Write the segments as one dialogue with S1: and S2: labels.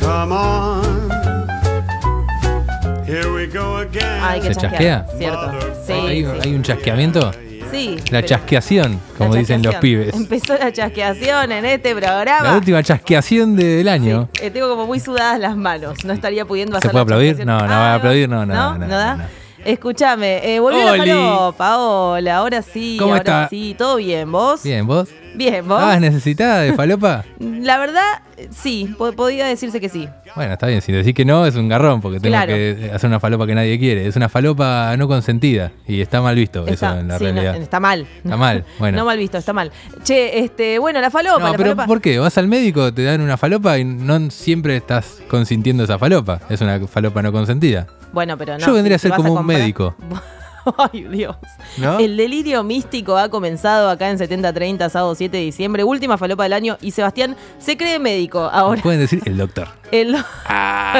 S1: come on. Here we go again.
S2: Hay que
S3: ¿Se
S2: chasquear.
S3: chasquea?
S2: Cierto. Sí,
S3: ¿Hay,
S2: sí.
S3: hay un chasqueamiento?
S2: Sí,
S3: La
S2: pero-
S3: chasqueación,
S2: la
S3: como dicen los
S2: chasqueación.
S3: pibes.
S2: Empezó la chasqueación en este programa.
S3: La última chasqueación de- del
S2: Sí,
S3: año.
S2: eh, tengo como muy sudadas las manos. No estaría pudiendo hacer
S3: puede
S2: la
S3: aplaudir?
S2: chasqueación. Ah,
S3: No, no, va a aplaudir, no, no,
S2: ¿No?
S3: no, no,
S2: da?
S3: no.
S2: Escuchame, eh, volvió
S3: Oli.
S2: la falopa, hola, ahora sí,
S3: ¿Cómo
S2: ahora
S3: está?
S2: sí, todo bien, ¿vos?
S3: Bien, Ah, ¿vos?
S2: Bien, ¿vos?
S3: ¿Estabas necesitada de falopa?
S2: La verdad, eh, sí, po- podía decirse que sí.
S3: Bueno, está bien, si decís que no es un garrón, porque tengo
S2: Claro.
S3: que hacer una falopa que nadie quiere. Es una falopa no consentida y está mal visto
S2: Está,
S3: eso en la
S2: sí, no,
S3: realidad.
S2: está mal.
S3: Está mal, bueno.
S2: No mal visto, está mal. Che, este, bueno, la falopa,
S3: No,
S2: la
S3: pero
S2: falopa.
S3: ¿por qué? Vas al médico, te dan una falopa y no siempre estás consintiendo esa falopa. Es una falopa no consentida.
S2: Bueno, pero no.
S3: Yo vendría
S2: si
S3: a ser
S2: vas
S3: como un
S2: comprar-
S3: médico.
S2: Ay, Dios.
S3: ¿No?
S2: El delirio místico ha comenzado acá en 7030, sábado 7 de diciembre, última falopa del año, y Sebastián se cree médico ahora.
S3: Pueden decir el doctor.
S2: El-
S3: Ah.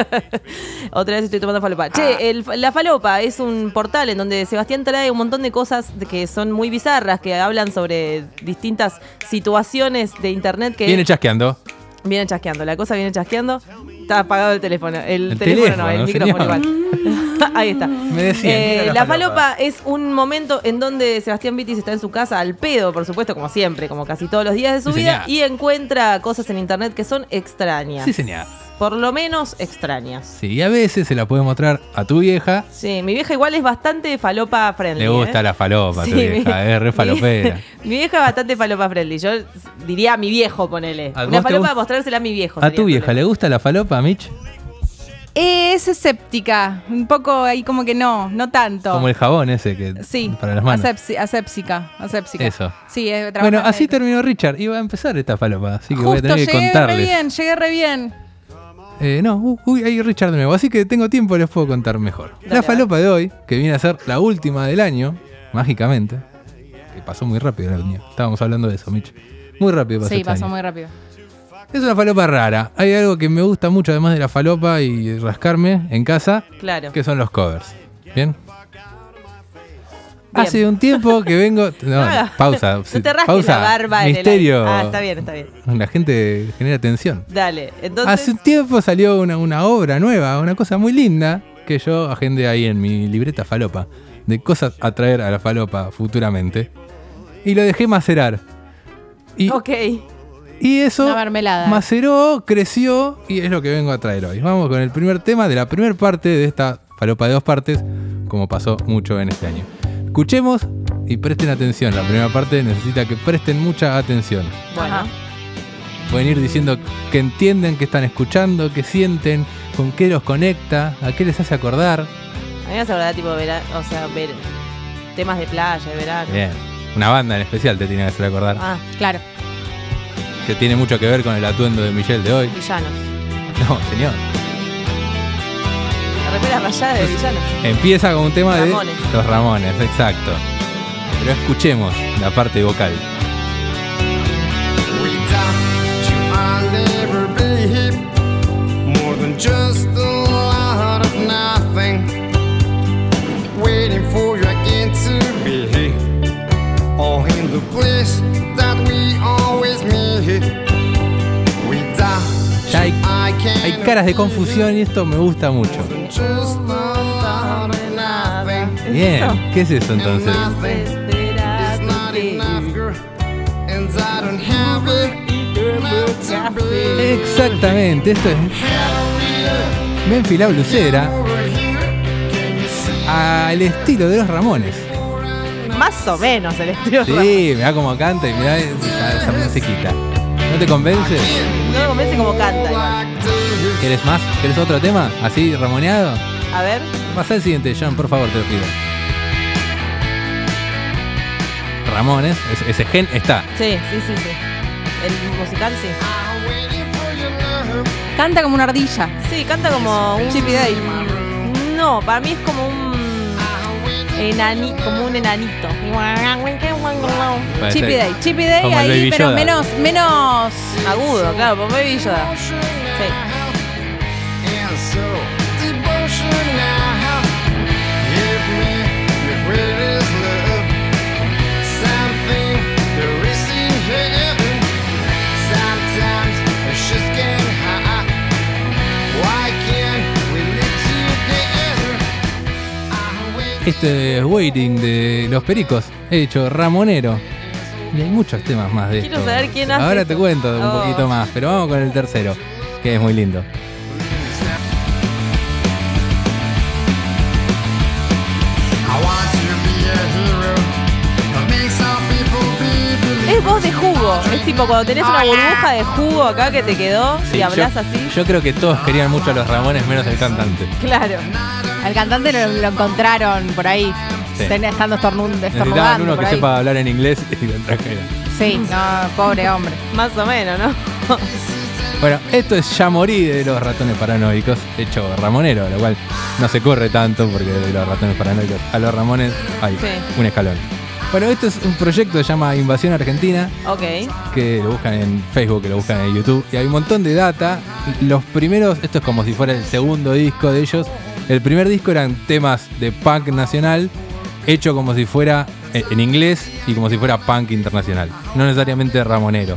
S2: Otra vez estoy tomando falopa. Che, el- la falopa es un portal en donde Sebastián trae un montón de cosas de- que son muy bizarras, que hablan sobre distintas situaciones de internet que
S3: Viene chasqueando.
S2: vienen chasqueando. La cosa viene chasqueando. Está apagado el teléfono. El,
S3: El
S2: teléfono, no, el
S3: teléfono,
S2: micrófono
S3: señor.
S2: igual. Ahí está.
S3: Me decían,
S2: Eh,
S3: mira
S2: la,
S3: la
S2: falopa.
S3: falopa.
S2: es un momento en donde Sebastián Vitis está en su casa al pedo, por supuesto, como siempre, como casi todos los días de su
S3: Sí,
S2: vida,
S3: señor.
S2: y encuentra cosas en internet que son extrañas.
S3: Sí, señor.
S2: Por lo menos extrañas.
S3: Sí, y a veces se la puedes mostrar a tu vieja.
S2: Sí, mi vieja igual es bastante falopa friendly.
S3: Le gusta
S2: ¿eh?
S3: la falopa, a
S2: Sí,
S3: tu vieja. Es re falopera.
S2: Mi, vieja es bastante falopa friendly. Yo diría a mi viejo, ponele. Una
S3: ¿A vos te
S2: falopa
S3: gusta?
S2: mostrársela a mi viejo.
S3: ¿A
S2: sería
S3: tu
S2: el
S3: vieja
S2: problema.
S3: le gusta la falopa, Mitch?
S4: Eh, es escéptica, un poco ahí como que no, no tanto.
S3: Como el jabón ese que
S4: sí,
S3: para las manos.
S4: asepsi- asépsica, asépsica.
S3: Eso.
S4: Sí, eh, trabaja
S3: Bueno,
S4: en
S3: así
S4: médico.
S3: terminó Richard. Iba a empezar esta falopa, así que voy a
S4: Justo
S3: tener que
S4: llegué re
S3: contarles.
S4: bien, llegué re bien.
S3: Eh, no, u- uy, ahí Richard de nuevo. Así que tengo tiempo, les puedo contar mejor. la falopa de hoy, que viene a ser la última del año, mágicamente. Que pasó muy rápido el año. Estábamos hablando de eso, Mitch. Muy rápido pasó.
S4: Sí,
S3: este
S4: pasó
S3: año.
S4: muy rápido.
S3: Es una falopa rara. Hay algo que me gusta mucho, además de la falopa y rascarme en casa,
S2: Claro.
S3: que son los covers. ¿Bien? Hace un tiempo que vengo. No,
S2: hagas-
S3: pausa.
S2: No te rasques
S3: pausa.
S2: la barba
S3: Misterio.
S2: en el aire. Ah, está bien, está bien.
S3: La gente genera tensión.
S2: Dale, entonces.
S3: Hace un tiempo salió una, una obra nueva, una cosa muy linda, que yo agendé ahí en mi libreta falopa, de cosas a traer a la falopa futuramente. Y lo dejé macerar. Y,
S2: Ok.
S3: y eso
S4: Una mermelada.
S3: maceró, creció y es lo que vengo a traer hoy. Vamos con el primer tema de la primera parte de esta falopa de dos partes, como pasó mucho en este año. Escuchemos y presten atención. La primera parte necesita que presten mucha atención.
S2: Bueno.
S4: Ajá.
S3: Pueden ir diciendo que entienden, que están escuchando, que sienten, con qué los conecta, a qué les hace acordar.
S2: A mí me hace acordar, tipo, vera- o sea, ver temas de playa, de verano.
S3: Bien. Una banda en especial te tiene que hacer acordar,
S2: Ah,
S4: Claro.
S3: que tiene mucho que ver con el atuendo de Michelle de hoy.
S2: villanos.
S3: No, señor.
S2: La repera rayada de villanos.
S3: Empieza con un tema
S2: Ramones.
S3: de los Ramones, exacto. Pero escuchemos la parte vocal.
S5: We doubt you I'll never be hip. More than just a lot of nothing. Waiting for you again to be here. All in the place that we always meet. We doubt
S3: Ya hay,
S5: I can't.
S3: hay caras de confusión y esto me gusta mucho.
S5: Just a lot of nothing.
S3: Bien, ¿qué es eso entonces?
S5: It's not enough, girl. And I don't have it. Not to be.
S3: Exactamente, esto es Menfi la blusera
S5: Over here.
S3: al estilo de los Ramones.
S2: Más o menos el estilo.
S3: Sí, mirá cómo canta y mirá esa, esa musiquita. ¿No te convence?
S2: No me convence como canta. igual.
S3: ¿Querés más? ¿Querés otro tema? ¿Así ramoneado?
S2: A ver.
S3: Pasa el siguiente, John, por favor, te lo pido. Ramones, es- ese gen está.
S2: Sí, sí, sí, sí. El musical, sí.
S4: Canta como una ardilla.
S2: Sí, canta como un.
S4: Chippy Dale.
S2: No, para mí es como un. Enani, como un enanito.
S3: Puede
S4: Chippy
S3: ser.
S4: Day, Chippy Day
S3: Como el
S4: ahí,
S3: Baby
S4: pero
S3: Yoda.
S4: menos, menos.
S2: Agudo, claro, por Baby Yoda. Sí.
S5: And so devotional. Give me your greatest love. Something there is in heaven. Sometimes I just can't hide
S3: Este es Waiting de Los Pericos, hecho Ramonero. Y hay muchos temas más de
S2: Quiero
S3: esto.
S2: saber quién hace
S3: Ahora
S2: esto.
S3: te cuento un
S2: Oh.
S3: poquito más, pero vamos con el tercero, que es muy lindo.
S5: I want to be a hero that makes some people be believe.
S2: Es voz de jugo. Es tipo cuando tenés una burbuja de jugo acá que te quedó
S3: Sí,
S2: y hablas
S3: yo,
S2: así.
S3: Yo creo que todos querían mucho a los Ramones, menos el cantante.
S2: Claro.
S4: Al cantante lo, lo encontraron por ahí.
S3: Sí.
S4: Tenía- Estando estornun-
S3: Necesitaban
S4: estornudando.
S3: uno
S4: por
S3: que
S4: ahí.
S3: sepa hablar en inglés y lo trajeron.
S4: Sí, no, pobre hombre.
S2: Más o menos, ¿no?
S3: Bueno, esto es Ya morí de los ratones paranoicos, hecho Ramonero, lo cual no se corre tanto porque de los ratones paranoicos a los Ramones hay
S2: Sí.
S3: un escalón. Bueno, esto es un proyecto que se llama Invasión Argentina,
S2: Ok.
S3: que lo buscan en Facebook, que lo buscan en YouTube, y hay un montón de data. Los primeros, esto es como si fuera el segundo disco de ellos. El primer disco eran temas de punk nacional, hecho como si fuera eh, en inglés y como si fuera punk internacional, no necesariamente ramonero.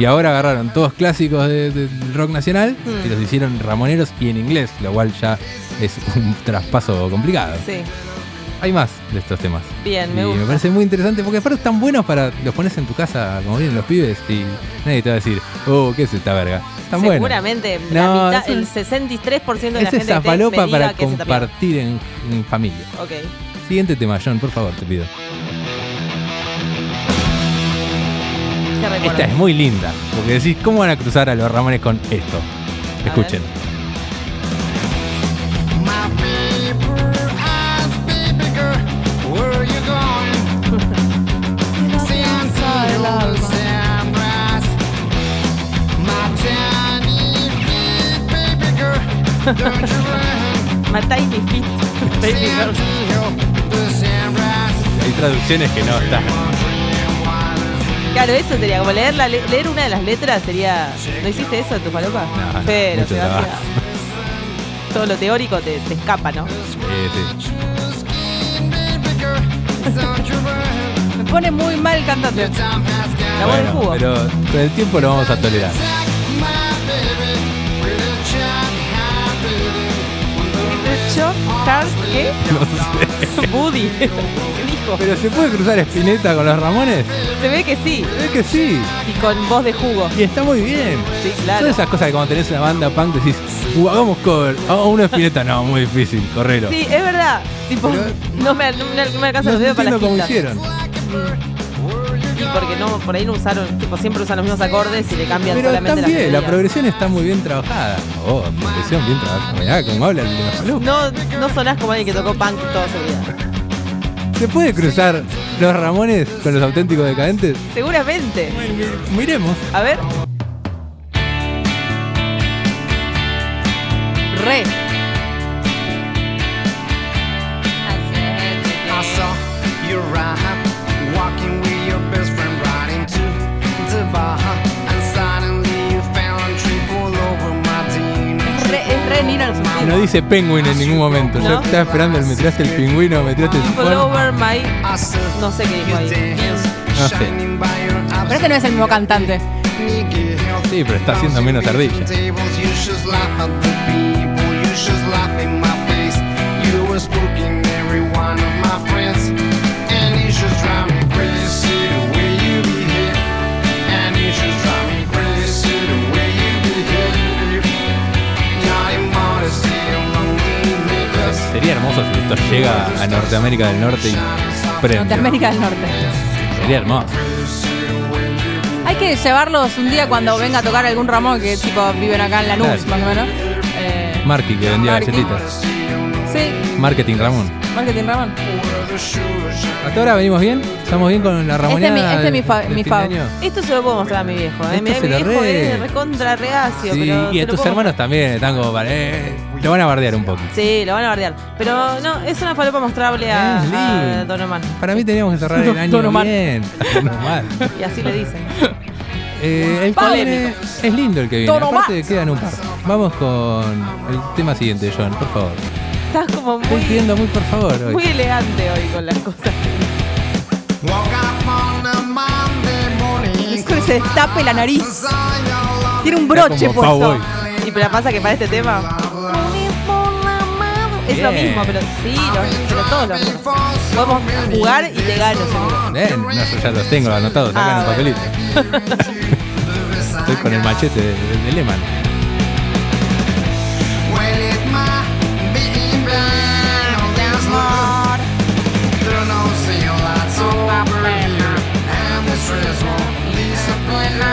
S3: Y ahora agarraron todos clásicos de- del rock nacional y los hicieron ramoneros y en inglés, lo cual ya es un traspaso complicado.
S2: Sí.
S3: Hay más de estos temas.
S2: Bien, me
S3: Y
S2: gusta.
S3: me parece muy interesante porque aparte están buenos para. Los pones en tu casa, como vienen los pibes, y nadie te va a decir, oh, ¿qué es esta verga? Están buenos.
S2: Seguramente
S3: No,
S2: la
S3: es
S2: mitad,
S3: un-
S2: el 63% de la
S3: Es
S2: gente que
S3: esa
S2: te- me
S3: falopa
S2: diga
S3: para
S2: que es esta mierda.
S3: compartir en, en familia.
S2: Ok.
S3: Siguiente tema, John, por favor, te pido.
S2: Qué recuerdo.
S3: Esta es muy linda, porque decís, ¿cómo van a cruzar a los Ramones con esto? Escuchen.
S5: My paper eyes, baby girl, where are you going? See, I'm tired of the same grass. My tiny feet, baby girl, don't you run.
S2: Matai mi fit. Baby
S5: See, I'm
S2: girl.
S5: tired of the same grass.
S3: Hay traducciones que no están.
S2: Claro, eso sería como leer, la le- leer una de las letras sería. ¿No hiciste eso en tu falopa?
S3: No, no,
S2: Pero,
S3: mucho
S2: Sebastián,
S3: trabajo.
S2: Todo lo teórico te, te escapa, ¿no?
S3: Eh, Sí, sí.
S4: Me pone muy mal el cantante.
S2: La voz de jugo.
S3: pero con el tiempo lo vamos a tolerar.
S2: Mucho Cars, ¿qué?
S3: No sé.
S2: Buddy. ¿Qué dijo?
S3: Pero ¿se puede cruzar Espineta con los Ramones?
S2: Se ve que sí.
S3: Es que sí.
S2: Y con voz de jugo.
S3: Y está muy bien.
S2: Sí, claro.
S3: Son esas cosas que cuando tenés una banda punk decís, "Uh, hagamos cover, hagamos una espineta. No, muy difícil, correro.
S2: Sí, es verdad. Tipo,
S3: Pero-
S2: no me, no, me- no me
S3: no
S2: alcanzan los
S3: no
S2: dedos para
S3: entiendo
S2: las
S3: cómo
S2: quintas.
S3: hicieron.
S2: Y porque no, por ahí no usaron, tipo, siempre usan los mismos acordes y le cambian
S3: Pero está
S2: solamente
S3: bien, la
S2: las melodías.
S3: progresión está muy bien trabajada. Oh, progresión bien trabajada. Mirá cómo habla el de la salud.
S2: No, no sonás como alguien que tocó punk toda su vida.
S3: ¿Se puede cruzar los Ramones con los auténticos decadentes?
S2: Seguramente.
S3: Miremos.
S2: A ver.
S4: Re.
S5: I saw you ride, walking with your best friend right into the bar, and suddenly you fell and tripled over my DNA.
S4: Re- es re Nino al
S3: Y No dice penguin en ningún momento. Yo
S2: No.
S3: estaba esperando el me tiraste el pingüino, me tiraste el
S2: People
S3: sifón.
S2: over my.
S5: I saw
S2: No sé qué dijo
S5: you
S2: ahí.
S5: dance,
S3: No sé.
S5: shining by your
S4: Pero este no es el mismo cantante.
S3: Sí, pero está haciendo menos ardilla. Sería hermoso si esto llega a Norteamérica del Norte y prende.
S4: Norteamérica del Norte.
S3: Sería hermoso.
S4: Hay que llevarlos un día cuando venga a tocar algún Ramón que tipo viven acá en la luz,
S3: Claro.
S4: más o menos. Eh,
S3: Marky que vendía
S4: Marky.
S3: galletitas.
S4: sí,
S3: Marketing Ramón.
S4: marketing Ramón.
S3: Hasta ahora venimos bien. Estamos bien con la ramoneada.
S4: mi- este es mi
S3: del-
S4: fa-
S3: del
S4: mi
S3: fin
S4: fa-
S3: de año?
S2: Esto se lo puedo mostrar a mi viejo. ¿eh?
S3: Esto
S2: Mirá,
S3: Este se
S2: mi
S3: lo
S2: viejo
S3: re-
S2: es recontra reacio.
S3: Sí,
S2: pero
S3: y
S2: se
S3: a
S2: lo
S3: tus
S2: puedo
S3: hermanos también están como para. eh, lo van a bardear un poco.
S2: mostrar. Sí, lo van a bardear. Pero no, es una falopa mostrable a,
S3: Es lindo.
S2: a Donovan.
S3: Para mí teníamos que cerrar el año
S4: Todo normal.
S3: bien. Normal.
S2: Y así le dicen.
S3: Eh, el que viene
S2: Polémico.
S3: es lindo el que viene.
S4: Todo normal.
S3: Aparte quedan un par. Vamos con el tema siguiente, John, por favor.
S2: Estás como
S3: Estoy
S2: muy,
S3: pidiendo muy por favor hoy.
S2: muy elegante hoy con las cosas.
S5: Woke up on a Monday morning,
S4: Es que se destape la nariz.
S5: saw your love
S4: Tiene un
S3: Era
S4: broche
S3: como
S4: puesto.
S3: cowboy.
S2: Y pero pasa que para este tema. es lo
S3: Bien.
S2: mismo, pero sí, lo mismo, pero todos lo mismo. Podemos jugar y te gano, seguro.
S3: Eh, no, yo ya los tengo anotados acá
S2: Ah,
S3: en un
S2: bueno.
S3: papelito. Estoy con el machete de, de- de Lehman.
S5: Well, it might be blind on this Lord. There are no single lights over here, and the stress won't be disciplined.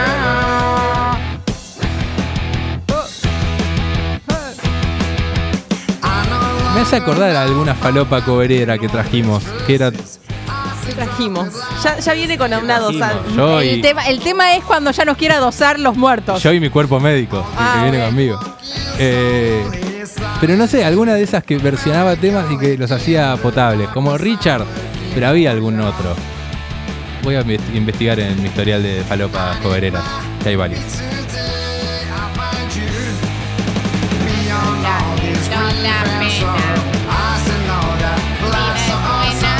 S5: I know
S3: Me hace acordar a alguna falopa coberera que trajimos, que era
S2: ¿Qué trajimos? Ya, ya viene con una dosa.
S3: yo
S4: El
S3: y,
S4: tema, el tema es cuando ya nos quiera dosar los muertos.
S3: yo y mi cuerpo médico, el
S4: Ah,
S3: que viene conmigo. Eh, pero no sé, alguna de esas que versionaba temas y que los hacía potables, como Richard, pero había algún otro. Voy a invest- investigar en mi historial de falopas cobereras, que hay varios.
S5: today I find you beyond all this grief and sorrow. I still know that life's awesome.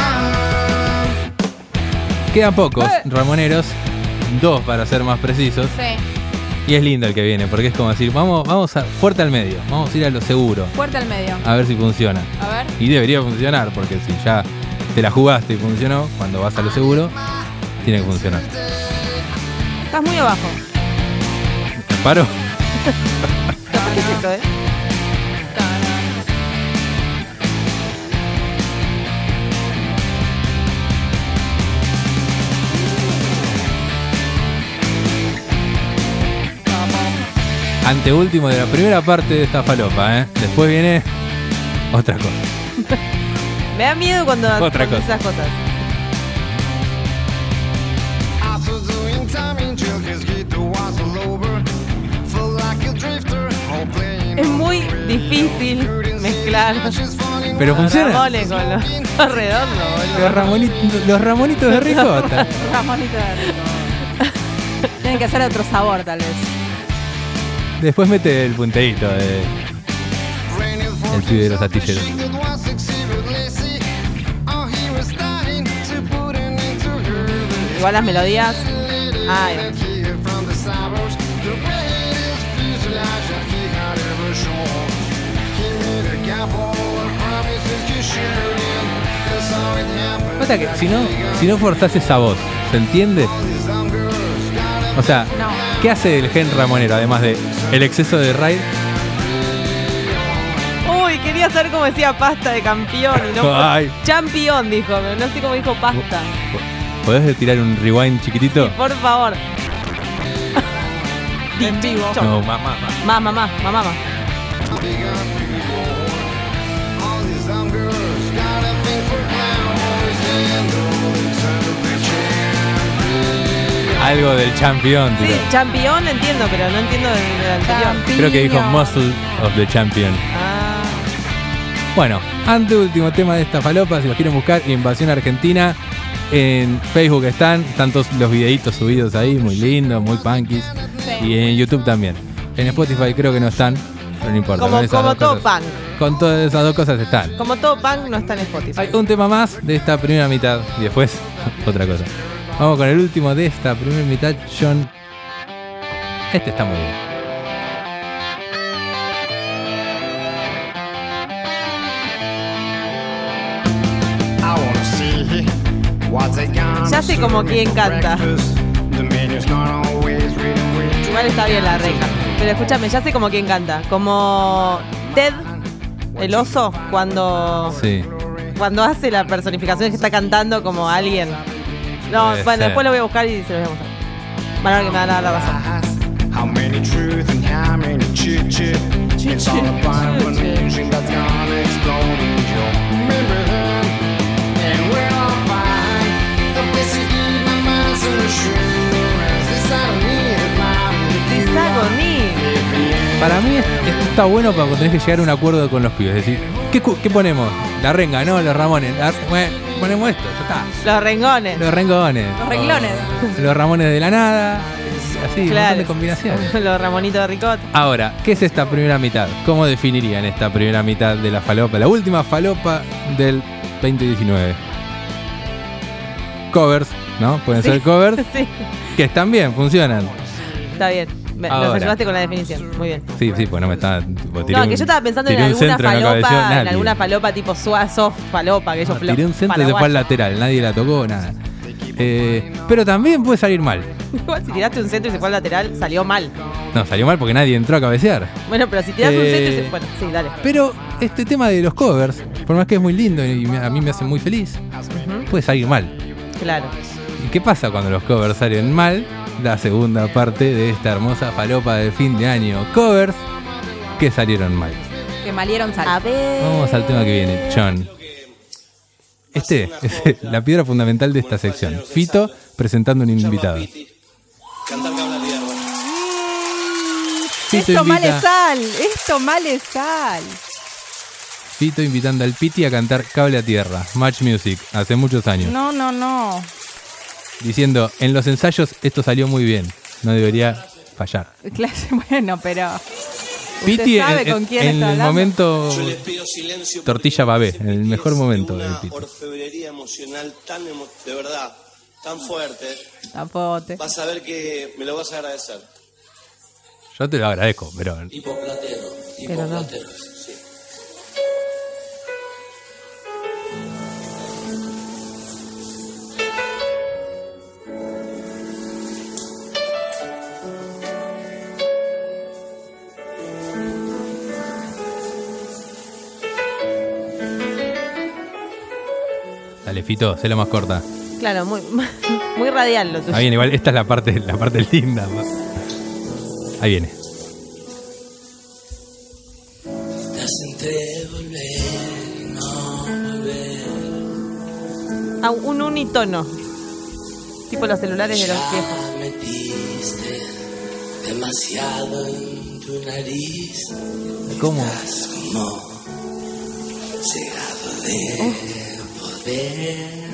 S3: Quedan pocos ramoneros, dos para ser más precisos.
S4: Sí.
S3: Y es lindo el que viene, porque es como decir, vamos, vamos a, fuerte al medio, vamos a ir a lo seguro,
S4: Fuerte al medio.
S3: a ver si funciona.
S4: A ver.
S3: Y debería funcionar, porque si ya te la jugaste y funcionó, cuando vas a lo seguro, tiene que funcionar.
S2: Estás muy abajo.
S3: ¿Te paro?
S2: ¿Qué es eso, eh?
S3: Anteúltimo de la primera parte de esta falopa, ¿eh? Después viene otra cosa.
S2: Me da miedo cuando
S3: Otra
S2: cuando
S3: cosa.
S2: esas cosas.
S5: After doing time in jail, his guitar was all over. Felt like a drifter, all playing
S2: Es
S5: on
S2: muy
S5: the radio.
S2: difícil
S5: Couldn't see
S2: mezclar
S5: that she's falling
S3: Pero
S2: los
S3: funciona.
S2: ramones con los, los redondos, boludo.
S3: Los, ramonitos, los ramonitos de ricota.
S4: Ramonito de Rico. Tienen que hacer otro sabor, tal vez.
S3: Después mete el punteíto eh. de...
S5: Raining
S3: El pibe de los astilleros.
S5: fortune, it was exceedingly sick. Oh, he was dying to put an end to her.
S2: Igual las melodías. Ay.
S5: That kid from the suburbs, the greatest fuselage that he had ever shown. He made a couple of promises to shoot him. That's how it happened.
S3: Nota que si no, si no forzás esa voz, ¿se entiende?
S5: Some girls gotta
S3: O sea, ¿qué hace el gen ramonero además de el exceso de raid?
S2: Uy, quería saber cómo decía pasta de campeón y no.
S3: Ay.
S2: Champion dijo, pero no sé cómo dijo pasta.
S3: ¿Podés tirar un rewind chiquitito?
S2: Por favor. En vivo.
S3: No, mamá, mamá.
S2: Mamá, mamá, mamá.
S3: Algo del champion,
S2: Sí,
S3: tiró.
S2: champion entiendo, pero no entiendo del del anterior.
S3: Creo que dijo Muscle of the Champion.
S2: Ah,
S3: Bueno, anteúltimo tema de esta falopa, si los quieren buscar, Invasión Argentina. En Facebook están, están todos los videitos subidos ahí, muy lindos, muy punkies. Y en YouTube también. En Spotify creo que no están, pero no importa.
S2: Como-
S3: con esas
S2: como
S3: dos
S2: todo
S3: cosas-
S2: punk.
S3: Con todas esas dos cosas están.
S2: como todo punk no está en
S3: Hay
S2: Spotify.
S3: un tema más de esta primera mitad y después otra cosa. Vamos con el último de esta primera mitad, John. Este está muy bien.
S5: I wanna see what they got.
S2: Ya sé como quién canta.
S5: The menu's not always written with
S2: Igual está bien la reja. Pero escúchame, ya sé como quién canta. Como Ted, el oso, cuando.
S3: Sí.
S2: Cuando hace la personificación que está cantando como alguien. No,
S3: Puede
S2: bueno,
S3: ser.
S2: después lo voy a buscar y se los voy a mostrar. Van a ver que me van a dar la razón.
S5: lies. How many truth and how many chit chit? It's all a part of an engine that's gonna explode in your neighborhood. And we're all fine. The basic in my mind's an assurance. This I don't need it, my
S2: Disagoní.
S5: If the end
S3: Para mí es- esto está bueno para cuando tenés que llegar a un acuerdo con los pibes. Es decir, ¿qué, cu- qué ponemos? La renga, ¿no? Los ramones. La- bueno, ponemos esto, ya está.
S2: Los rengones.
S3: Los rengones.
S4: Los renglones.
S3: Los ramones de la nada. Así, un montón de combinaciones.
S2: Los Ramonitos de Ricot.
S3: Ahora, ¿qué es esta primera mitad? ¿Cómo definirían esta primera mitad de la falopa? La última falopa del 2019. Covers, ¿no? Pueden ser covers
S2: Sí,
S3: que están bien, funcionan.
S2: está bien. Me-
S3: Ahora.
S2: Nos ayudaste con la definición. Muy bien.
S3: Sí, sí, pues no me estaba. tipo, tiré
S2: No,
S3: un-
S2: que yo estaba pensando en
S3: tiré un
S2: alguna
S3: centro y no
S2: falopa,
S3: cabeció
S2: en
S3: nadie.
S2: alguna falopa tipo suazo, falopa, que ellos
S3: Ah, Tiré un centro y se fue al lateral, nadie la tocó, nada. Eh, pero también puede salir mal.
S2: Igual si tiraste un centro y se fue al lateral, salió mal.
S3: No, salió mal porque nadie entró a cabecear.
S2: Bueno, pero si tiras un
S3: Eh,
S2: centro y se. Bueno, sí, dale.
S3: Pero este tema de los covers, por más que es muy lindo y me- a mí me hace muy feliz, puede salir mal.
S2: Claro.
S3: ¿Y qué pasa cuando los covers salen mal? La segunda parte de esta hermosa falopa de fin de año. Covers que salieron mal.
S4: Que malieron sal.
S2: A ver.
S3: Vamos al tema que viene, John. Este es la piedra fundamental de esta sección. Fito presentando un invitado. Fito
S4: Esto mal es
S3: invita,
S4: sal. Esto mal es sal.
S3: Fito invitando al Piti a cantar Cable a Tierra, Match Music, hace muchos años.
S4: No, no, no.
S3: Diciendo, en los ensayos esto salió muy bien, no debería fallar.
S4: Claro, bueno, pero. Usted
S3: Piti
S4: sabe
S3: en,
S4: con quién
S3: en
S4: está
S3: el
S4: hablando.
S3: momento...
S6: Yo les pido silencio. porque
S3: Tortilla Babé,
S6: se
S3: en el mejor
S6: empieza
S3: momento del
S6: Una
S3: Pito.
S6: orfebrería emocional tan emo- de verdad, tan fuerte.
S4: Tampoco te-
S6: Vas a ver que me lo vas a agradecer.
S3: Yo te lo agradezco, pero...
S6: Tipo platero. Tipo
S4: Pero no.
S6: platero. Sí.
S3: Dale, Fito, sé lo más corta.
S2: Claro, muy, muy radial lo tuyo.
S3: Ahí viene, igual, esta es la parte, la parte linda. ¿no? Ahí viene.
S6: Te hacen te volver, no volver.
S2: A Ah, un unitono. Tipo los celulares de los viejos.
S6: Ya metiste demasiado en tu nariz.
S3: ¿Cómo?
S6: Estás como cegado de poder.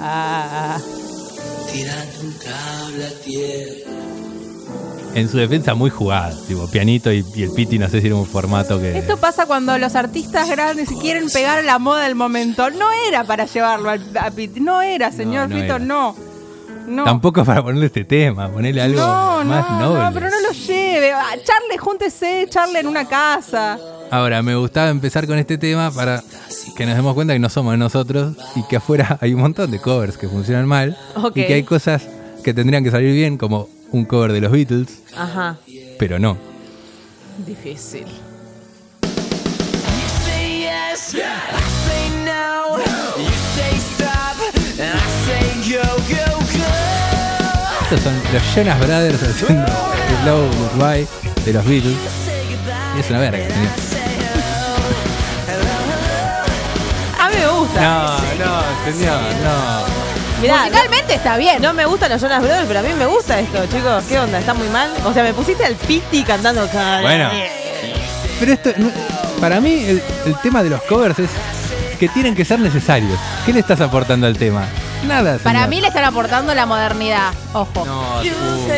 S2: Ah,
S6: Tirando un cable a tierra.
S3: En su defensa muy jugada, tipo pianito y, y el piti, no sé si era un formato que...
S4: Esto pasa cuando los artistas grandes quieren pegar la moda del momento. No era para llevarlo al, a Pit. No era, señor
S3: no
S4: Fito,
S3: era.
S4: no. No.
S3: Tampoco para ponerle este tema, ponerle algo
S4: no,
S3: más
S4: no,
S3: noble.
S4: no, pero no lo lleve. Ah, Charle, júntese, charle en una casa.
S3: Ahora, me gustaba empezar con este tema para que nos demos cuenta que no somos nosotros y que afuera hay un montón de covers que funcionan mal
S2: Ok.
S3: y que hay cosas que tendrían que salir bien, como un cover de los Beatles,
S2: ajá.
S3: pero no.
S2: Difícil.
S3: Estos son los Jonas Brothers haciendo el Love Goodbye de los Beatles. Y es una verga. señor.
S2: A mí me gusta.
S3: No, no, señor, no.
S2: Mirá,
S4: Musicalmente está
S2: no,
S4: bien.
S2: no me gustan los Jonas Brothers, pero a mí me gusta esto, chicos. ¿Qué onda? ¿Está muy mal? O sea, me pusiste al Piti cantando cara.
S3: Bueno. Pero esto, no- para mí, el, el tema de los covers es que tienen que ser necesarios. ¿Qué le estás aportando al tema? Nada, señor.
S4: Para mí le están aportando la modernidad. Ojo.
S3: No, uh,
S4: Sí,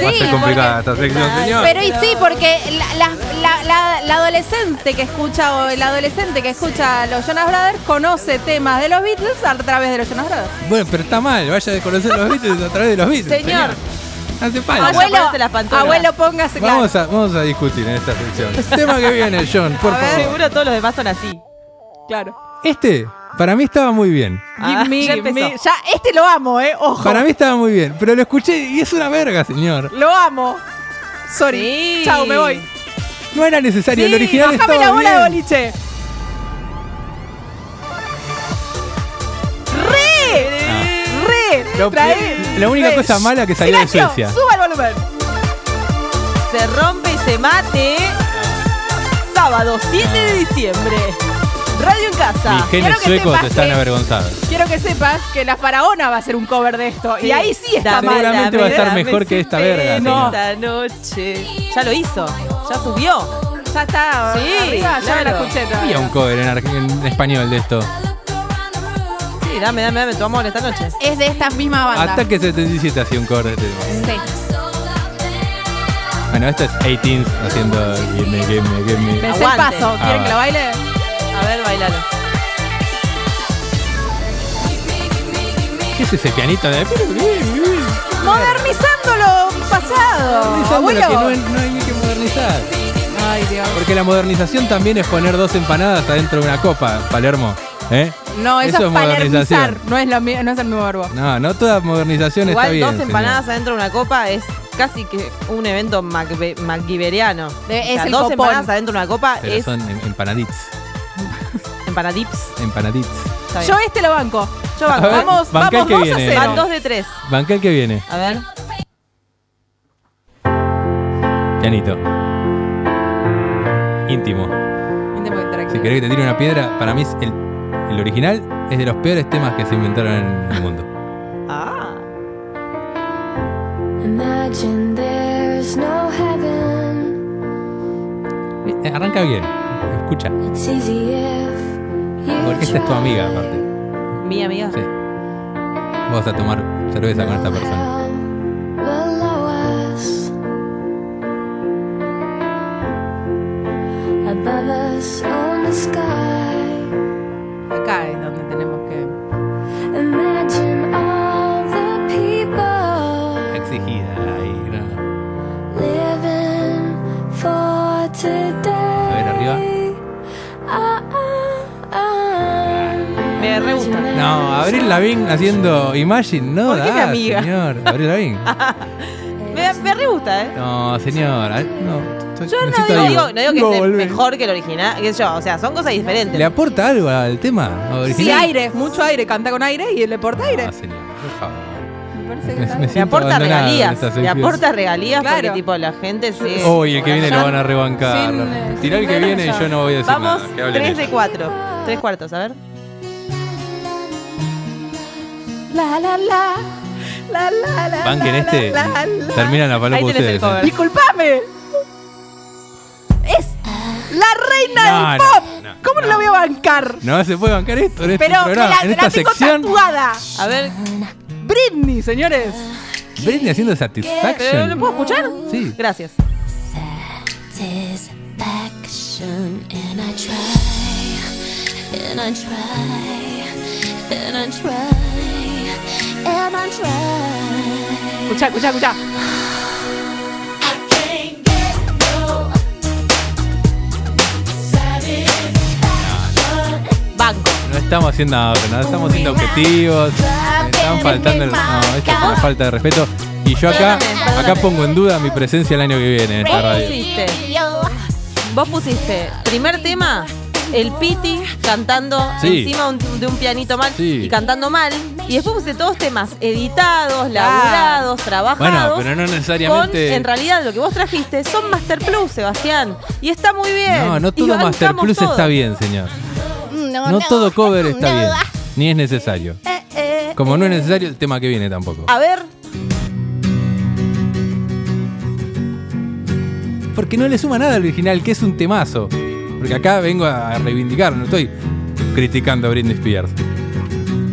S3: va a ser complicada esta sección, señor.
S4: Pero y sí, porque la, la- la- la- la adolescente que escucha o el adolescente que escucha a los Jonas Brothers conoce temas de los Beatles a través de los Jonas Brothers.
S3: Bueno, pero está mal, vaya a conocer los Beatles a través de los Beatles.
S2: Señor.
S3: No hace falta.
S2: Vaya,
S4: Abuelo,
S2: ponerse las pantuflas.
S4: abuelo, póngase claro.
S3: Vamos, a, vamos a discutir en esta sección. tema que viene, John, por
S4: A ver.
S3: favor.
S2: Seguro todos los demás son así.
S4: Claro.
S3: Este, para mí estaba muy bien.
S2: Ah,
S4: Give me,
S2: ya
S4: give
S2: empezó.
S4: me. Ya, este lo amo, eh. Ojo.
S3: Para mí estaba muy bien, pero lo escuché y es una verga, señor.
S4: Lo amo. Sorry.
S2: Sí.
S4: Chao, me voy.
S3: No era necesario,
S4: Sí,
S3: el original
S4: bajame
S3: estaba
S4: la bola de
S3: bien.
S4: boliche. ¡Re! ¡Re!
S3: Ah. Lo-
S4: Trae-
S3: la única
S4: re.
S3: cosa mala que salió de
S4: Silencio,
S3: Suecia.
S4: Suba el volumen.
S2: Se rompe y se mate. Sábado 7 de diciembre. Radio en
S3: Mis
S2: casa.
S3: genes
S4: Quiero que
S3: suecos
S4: sepas
S3: están
S4: que-
S3: avergonzados.
S4: Quiero que sepas que la faraona va a hacer un cover de esto.
S2: Sí.
S4: Y ahí sí está
S2: Dame,
S4: mal.
S3: Seguramente va a estar
S2: dame
S3: mejor que
S2: sin
S3: esta verga,
S2: pena
S3: señor.
S2: Esta noche. Ya lo hizo. Ya subió.
S4: Ya está.
S2: Sí,
S4: arriba, ya me la
S2: claro.
S4: escuché.
S3: Había un cover en, ar- en español de esto.
S2: Sí, dame, dame, dame tu amor esta noche.
S4: Es de estas mismas bandas.
S3: Ataque 77 hacía un cover de este tema. Bueno, esto es 18 haciendo Give me, give me, give me.
S4: Me sé el
S2: Aguante.
S4: paso. ¿Quieren
S3: Ah,
S4: que lo baile?
S2: A ver, bailalo.
S3: Ah, Eh, ¿Qué es ese pianito de.?
S4: Modernizando lo
S2: Ah,
S4: pasado.
S3: Modernizando
S4: Abuelo.
S3: lo que no, hay- no hay ni que modernizar.
S4: Ay, Dios.
S3: Porque la modernización también es poner dos empanadas adentro de una copa, Palermo. ¿Eh?
S4: No, eso, es
S3: modernización.
S4: palernizar. No es, la, mi- no es el mismo verbo.
S3: No, no toda modernización está
S2: Igual
S3: bien.
S2: dos
S3: señor.
S2: empanadas adentro de una copa es casi que un evento macbe- macgiveriano.
S4: De-
S2: O sea,
S4: es el
S2: dos
S4: copón.
S2: empanadas adentro de una copa
S3: Pero
S2: es
S3: son em- empanadits.
S2: empanadips.
S3: Empanadits.
S2: Está bien.
S4: Yo este lo banco.
S2: Yo
S3: A
S2: banco.
S3: ver,
S2: Vamos,
S4: Vamos,
S3: banca
S4: vamos,
S3: que
S4: vamos a
S3: viene.
S4: cero.
S2: van dos de tres.
S3: Banca el que viene,
S2: A ver.
S3: Janito. Íntimo. Si querés que te tire una piedra, para mí es el, el original es de los peores temas que se inventaron en el mundo.
S2: Ah.
S7: Imagine there's no heaven.
S3: Eh, Arranca bien, escucha.
S7: It's easy if you
S3: Porque esta es tu amiga, aparte.
S2: Mi amiga.
S3: Sí. Vos vas a tomar cerveza con esta persona.
S7: persona. Above us on the sky.
S4: Acá es donde tenemos que.
S7: Imagine all the people
S3: Exigida ahí, ¿no?
S7: living for today.
S3: A ver, arriba.
S7: Ah, ah, ah.
S2: Me re gusta.
S3: No, Abril Lavín haciendo Imagine, no,
S2: ¿Por qué
S3: da,
S2: mi amiga?
S3: señor. Abril Lavín.
S2: Me, me re gusta, ¿eh?
S3: No, señor. a- No, soy-
S2: Yo no
S3: necesito
S2: digo,
S3: algo.
S2: digo- no digo que
S3: No,
S2: esté
S3: volvé.
S2: mejor que el original. Que yo, o sea, son cosas diferentes.
S3: ¿Le aporta algo al tema
S4: Sí,
S3: original?
S4: aire, mucho aire. Canta con aire y le porta aire.
S3: No, señor, por favor.
S4: Me parece que
S3: Me-
S4: está
S3: me
S4: bien.
S2: Le
S3: siento
S2: aporta
S3: abandonado en
S2: regalías.
S3: esta
S2: Le
S3: sección.
S2: aporta regalías porque
S4: Claro.
S2: tipo la gente sí.
S3: Oye, el que viene lo
S4: Allá.
S3: van a rebancar.
S4: Sin, eh,
S3: Tirá el
S4: sin
S3: que
S4: ver
S3: viene y
S4: allá.
S3: yo no voy a decir
S2: Vamos,
S3: nada. que hablen
S2: tres de
S3: ellos.
S2: cuatro. Tres cuartos, a ver.
S4: La, la, la. La, la, la.
S3: Banquen
S4: la,
S3: este.
S4: la, la, la.
S3: Terminan la
S2: Ahí
S3: palabra
S2: tenés el
S3: ustedes.
S2: cover.
S4: Disculpame. Es la reina
S3: No,
S4: del
S3: no,
S4: pop.
S3: no, no.
S4: ¿Cómo no, la voy a bancar?
S3: ¿eh? No se puede bancar esto en este
S4: Pero me
S3: programa,
S4: la,
S3: en
S4: la
S3: esta
S4: tengo
S3: sección.
S4: tatuada.
S2: A ver,
S4: Britney, señores.
S3: Britney haciendo
S2: ¿pero
S3: Satisfaction.
S2: lo puedo escuchar?
S3: Sí.
S2: Gracias.
S7: Satisfaction, and I try, and I try, and I try, and I try.
S4: Escucha, escucha, escucha.
S7: I can't get no satisfaction.
S2: Banco.
S3: No estamos haciendo ahora, no estamos siendo objetivos. me Están faltando. el- No, esto es una falta de respeto. Y yo acá, acá pongo en duda mi presencia el año que viene en esta
S2: Vos
S3: radio.
S2: pusiste, vos pusiste, primer tema, el Piti cantando
S3: Sí.
S2: encima un- de un pianito mal
S3: Sí.
S2: y cantando mal. Y después pusiste todos temas editados, laburados, trabajados.
S3: Bueno, pero no
S2: Con,
S3: necesariamente.
S2: en realidad lo que vos trajiste son Master Plus, Sebastián. Y está muy bien.
S3: No, no
S2: Y
S3: todo Master
S2: bancamos
S3: Plus
S2: todo.
S3: está bien, señor. No ah, eh. todo cover está bien. Ni es necesario. Como no es necesario el tema que viene tampoco.
S2: A ver,
S3: Porque no le suma nada al original, que es un temazo. Porque acá vengo a reivindicar, no estoy criticando a Britney Spears.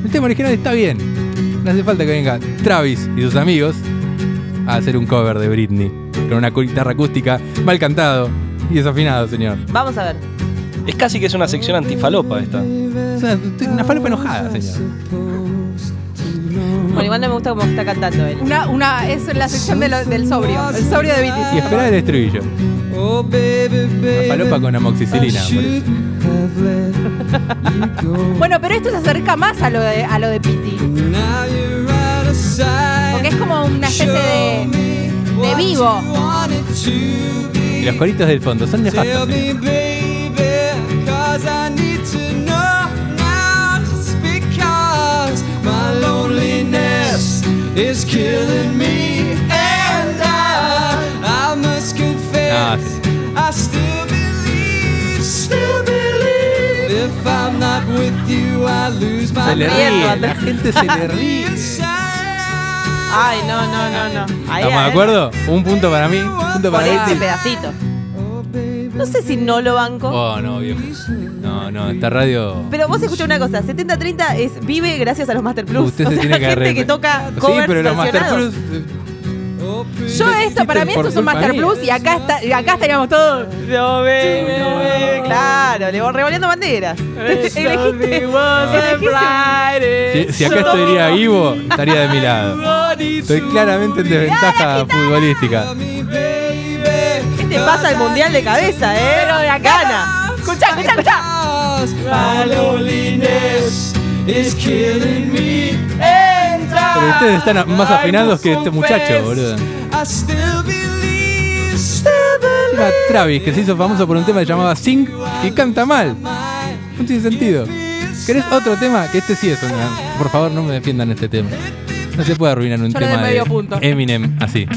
S3: El tema original está bien. No hace falta que venga Travis y sus amigos a hacer un cover de Britney. Con una guitarra acústica mal cantado y desafinado, señor.
S2: vamos a ver.
S8: Es casi que es una sección antifalopa esta.
S3: Es una, una falopa enojada, señor.
S2: Bueno, igual no me gusta cómo está cantando él.
S4: Una, una, es la sección de lo- del sobrio. El sobrio de Britney.
S3: Y esperar el estribillo. Una falopa con amoxicilina. por eso.
S4: Bueno, pero esto se acerca más a lo de, a lo de Pity. Porque es como una especie de, de vivo.
S3: Y los coritos del fondo son nefastos. señor. No, sí. Se le
S2: Mierda,
S3: ríe, la gente se le ríe.
S2: Ay, no, no, no, no. Ahí,
S3: ¿Estamos de
S2: ahí.
S3: Ah, acuerdo? Un punto para mí, un
S2: Por
S3: punto para
S2: ese
S3: Betty.
S2: pedacito. No sé si no lo banco.
S3: Oh, no, viejo. No, no, esta radio.
S2: Pero vos escuchá una cosa, 70-30 es vive gracias a los Master Plus.
S3: Usted
S2: o
S3: se
S2: sea,
S3: tiene que
S2: gente
S3: arreglar.
S2: que toca
S3: Sí,
S2: covers
S3: pero los Master
S2: versionados.
S3: Plus. eh,
S4: Yo esto, para mí esto es un Master Plus y acá, está, y acá estaríamos todos.
S2: No, ve, ve, ve, claro, le voy revoleando banderas. Elegiste.
S3: Si,
S2: Elegiste.
S3: si acá estuviera vivo, estaría de mi lado. Estoy claramente en desventaja futbolística.
S2: ¿Qué te este pasa el mundial de cabeza, eh? Pero de acá. Gana. Escucha, escucha, escucha.
S3: Pero ustedes están a- más afinados que este muchacho, boludo. Encima Travis, que se hizo famoso por un tema que llamaba Sing y canta mal. No tiene sentido. ¿Querés otro tema? Que este sí es una. Por favor, no me defiendan este tema. No se puede arruinar un
S4: Yo le doy
S3: tema
S4: medio punto.
S3: de Eminem así.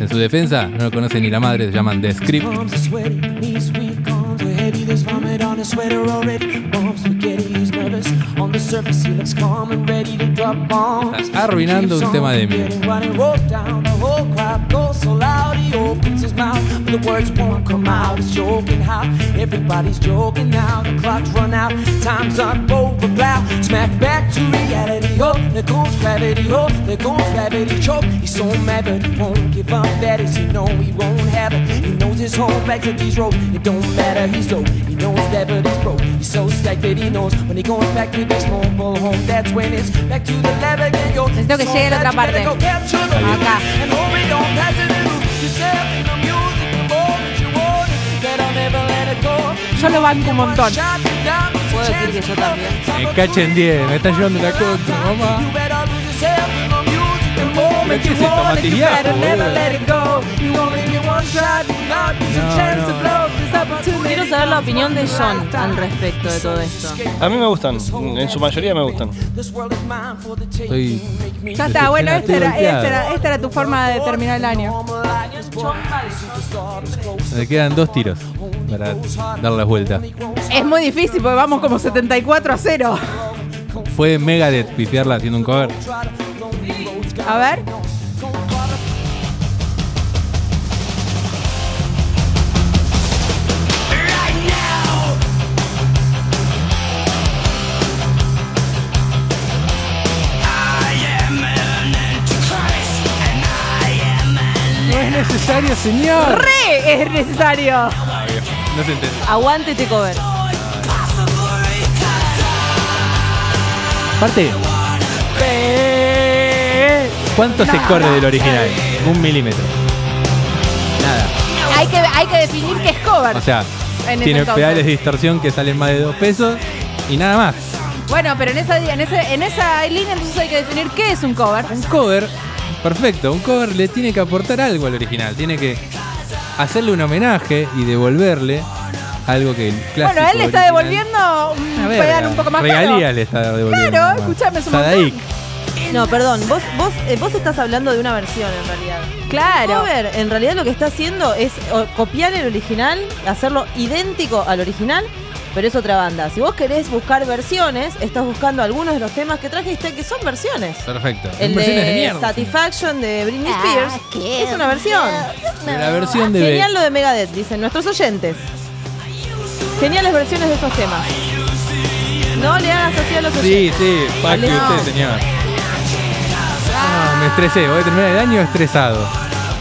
S3: En su defensa, no lo conoce ni la madre, se llaman The Script.
S9: Arms are sweaty, knees weak, arms are heavy. There's vomit on his sweater already. Mom's spaghetti, he's nervous. On the surface, he looks calm and ready to drop bombs.
S3: Estás arruinando un tema de Eminem.
S9: Getting what he wrote down. The whole crowd goes so loud, he opens his mouth, but the words won't come out. He's joking how everybody's joking now. The clock's run out, time's up over. Plow, smack back to reality. Oh, there goes gravity. Oh, there goes gravity. Choke. He's so mad, but he won't give up. That is, he know he won't have it. He knows his whole back to these roads. It don't matter. He's low. He knows that, but he's broke. He's so stacked that he knows when he goes back to this mobile home. That's when it's back to the lab again. Yo,
S4: Necesito que
S9: So
S4: llegue la
S9: that
S4: otra
S9: you better
S4: parte.
S9: go capture the
S4: bien.
S9: moment and hope it don't pass in the loop. You said in the music, the more that you want it, you better never let it go.
S4: Yo lo banco un montón.
S9: Shot you down, it's a
S2: Puedo decir
S9: chance
S2: que yo
S9: to love.
S2: también.
S3: Me cachen 10, me está llevando la contra, mamá.
S9: You better lose yourself in the music, the
S3: ¿Pero
S9: more that
S3: qué
S9: you
S3: es esto,
S9: want it, you
S3: Matillas,
S9: better never
S3: boludo?
S9: let it go. You only get one shot, now it's a
S3: No,
S9: chance to
S3: no.
S9: blow this opportunity.
S2: Quiero saber la opinión de John al respecto de todo esto.
S8: A mí me gustan, en su mayoría me gustan.
S9: This world is mine for the taking.
S3: Estoy
S9: Make me
S4: Ya está, bueno, esta era,
S3: Golpeado.
S4: esta era- esta era tu forma de terminar el año.
S9: normalize this world. Superstar, this world.
S3: Le quedan dos tiros para dar la vuelta.
S4: Es muy difícil porque vamos como 74 a 0.
S3: Puede Megadeth pitearla haciendo un cover.
S4: A ver.
S3: No es necesario, señor.
S4: ¡Re! Es necesario.
S3: No se entiende.
S2: Aguántete cover.
S3: Aparte, ¿cuánto se corre del original? Un milímetro. Nada.
S4: Hay que, hay que definir qué es cover.
S3: O sea,
S4: En ese
S3: tiene
S4: entonces.
S3: pedales de distorsión que salen más de dos pesos y nada más.
S4: Bueno, pero en esa, en, ese- en esa línea entonces hay que definir qué es un cover.
S3: Un cover, perfecto, un cover le tiene que aportar algo al original. Tiene que hacerle un homenaje y devolverle algo que el clásico
S4: Bueno, él le está
S3: original-
S4: devolviendo un
S3: Una verga.
S4: pedal un poco más caro.
S3: Regalías le está devolviendo.
S4: Claro,
S3: nomás.
S4: escuchame, es un
S3: Sadaik.
S2: No, perdón, vos, vos, eh, vos estás hablando de una versión en realidad.
S4: Claro.
S2: Cover, en realidad lo que está haciendo es o, copiar el original, hacerlo idéntico al original, pero es otra banda. Si vos querés buscar versiones, estás buscando algunos de los temas que trajiste que son versiones.
S3: Perfecto. Son
S2: El
S3: versiones de
S2: de
S3: mierda.
S2: Satisfaction de Britney
S7: Ah,
S2: Spears es una versión.
S3: De la versión de
S2: Genial lo de Megadeth, dicen nuestros oyentes. Geniales versiones de esos temas. No le hagas así a los
S3: Sí,
S2: oyentes.
S3: sí, fuck you
S2: No.
S3: usted, señor. Ah, me estresé, voy a terminar el año estresado.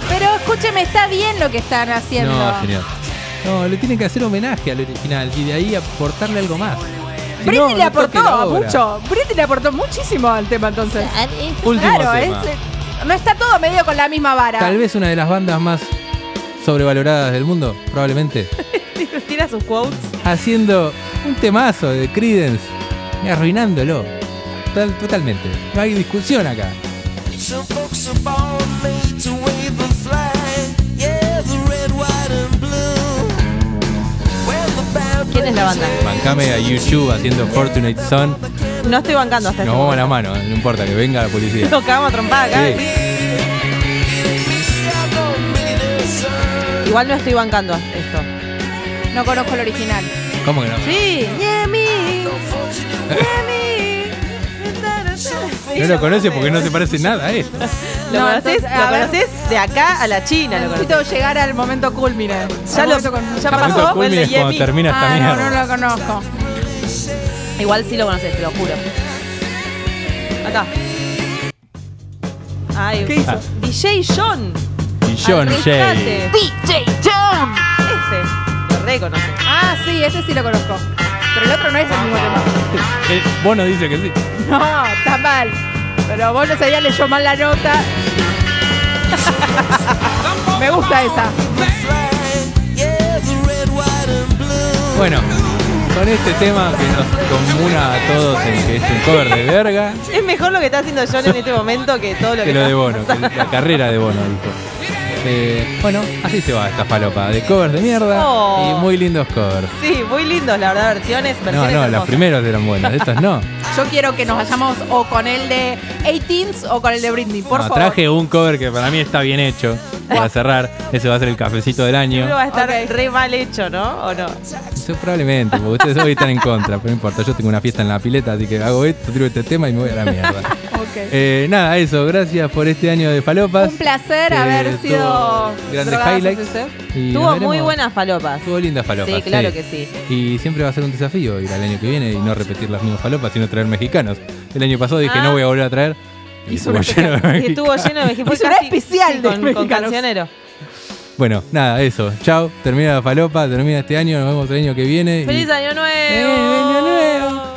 S4: Pero escúcheme, está bien lo que están haciendo.
S3: No, señor. No, le tienen que hacer homenaje al original y de ahí aportarle algo más. Si
S4: Britney
S3: no,
S4: le
S3: no toque la
S4: aportó
S3: obra.
S4: mucho. Britney le aportó muchísimo al tema entonces.
S3: Último
S4: claro,
S3: tema.
S4: es- no está todo medio con la misma vara.
S3: Tal vez una de las bandas más sobrevaloradas del mundo, probablemente.
S2: Tira sus quotes.
S3: haciendo un temazo de Credence y arruinándolo. Tal- totalmente. No hay discusión acá.
S9: Some folks are born made to wave and fly. Yeah, the red, white, and blue. When the band
S2: ¿Quién es la banda?
S3: Bancame a YouTube haciendo Fortunate Son.
S2: No estoy bancando hasta
S3: Nos
S2: este
S3: vamos a
S2: momento.
S3: la mano, no importa, que venga la policía.
S2: Nos cagamos a trompadas acá.
S3: Sí.
S2: Igual no estoy bancando esto.
S4: No conozco el original.
S3: ¿Cómo que no?
S2: Sí.
S3: No lo conoce porque no se parece nada a él.
S2: ¿Lo
S4: No,
S2: conoces?
S4: entonces, a
S2: ¿Lo
S4: ver.
S2: conoces de acá a la China? ¿Lo conoces?
S4: Necesito llegar al momento culmine.
S2: Ya
S4: Al
S2: lo
S4: momento con-
S2: ya
S3: Eso
S2: pasó. fue el
S3: culmina
S2: de
S3: es cuando
S2: Yemi.
S3: termina esta
S4: Ah, no,
S3: mierda.
S4: no lo conozco.
S2: Igual sí lo conoces, te lo juro. Acá. Ay,
S3: ¿Qué hizo?
S2: DJ John.
S3: Y
S2: Al
S3: John
S2: rescate.
S3: Jay.
S5: DJ John.
S2: Este. Lo reconoce.
S4: Ah, sí, ese sí lo conozco. Pero el otro no es el mismo tema.
S3: Eh, Bono dice que sí.
S4: No, está mal. Pero vos no sabías, leyó mal la nota. Me gusta esa.
S3: Bueno, con este tema que nos comuna a todos en que es un cover de verga,
S2: Es mejor lo que está haciendo John en este momento que todo lo que,
S3: que lo
S2: está
S3: de Bono, que
S2: pasando.
S3: la carrera de Bono, dijo. Eh, bueno, así se va esta falopa, de covers de mierda
S2: Oh.
S3: y muy lindos covers.
S2: Sí, muy lindos, la verdad, versiones.
S3: No,
S2: versiones
S3: no, los
S2: hermosas.
S3: primeros eran buenos, estos no.
S4: Yo quiero que nos vayamos o con el de 18s o con el de Britney, por
S3: No,
S4: favor.
S3: traje un cover que para mí está bien hecho. Para cerrar, ese va a ser el cafecito del año.
S2: Seguro va a estar
S4: Ok.
S2: re mal hecho, ¿no? ¿O no?
S3: Sí, probablemente, porque ustedes hoy están en contra, pero no importa. Yo tengo una fiesta en la pileta, así que hago esto, tiro este tema y me voy a la mierda.
S4: Ok.
S3: Eh, nada, eso. Gracias por este año de falopas.
S4: Un placer
S3: Eh,
S4: haber
S3: tuvo
S4: sido
S3: Grandes
S4: drogadas,
S3: highlights.
S4: ¿sí?
S3: y nos
S2: Tuvo muy
S3: veremos.
S2: buenas falopas.
S3: Tuvo lindas falopas.
S2: Sí, claro que sí.
S3: Y siempre va a ser un desafío ir al año que viene y no repetir las mismas falopas, sino traer mexicanos. El año pasado dije,
S2: Ah.
S3: no voy a volver a traer. Y
S4: Hizo
S3: estuvo
S4: un
S3: lleno de
S2: Y estuvo
S3: mexicanos.
S2: lleno de mexicanos.
S4: Hizo un especial de
S2: con, con
S4: mexicanos.
S2: cancionero.
S3: Bueno, nada, eso. Chao. Termina la falopa, termina este año, nos vemos el año que viene. y-
S2: ¡Feliz año nuevo!
S3: ¡Eh, año nuevo!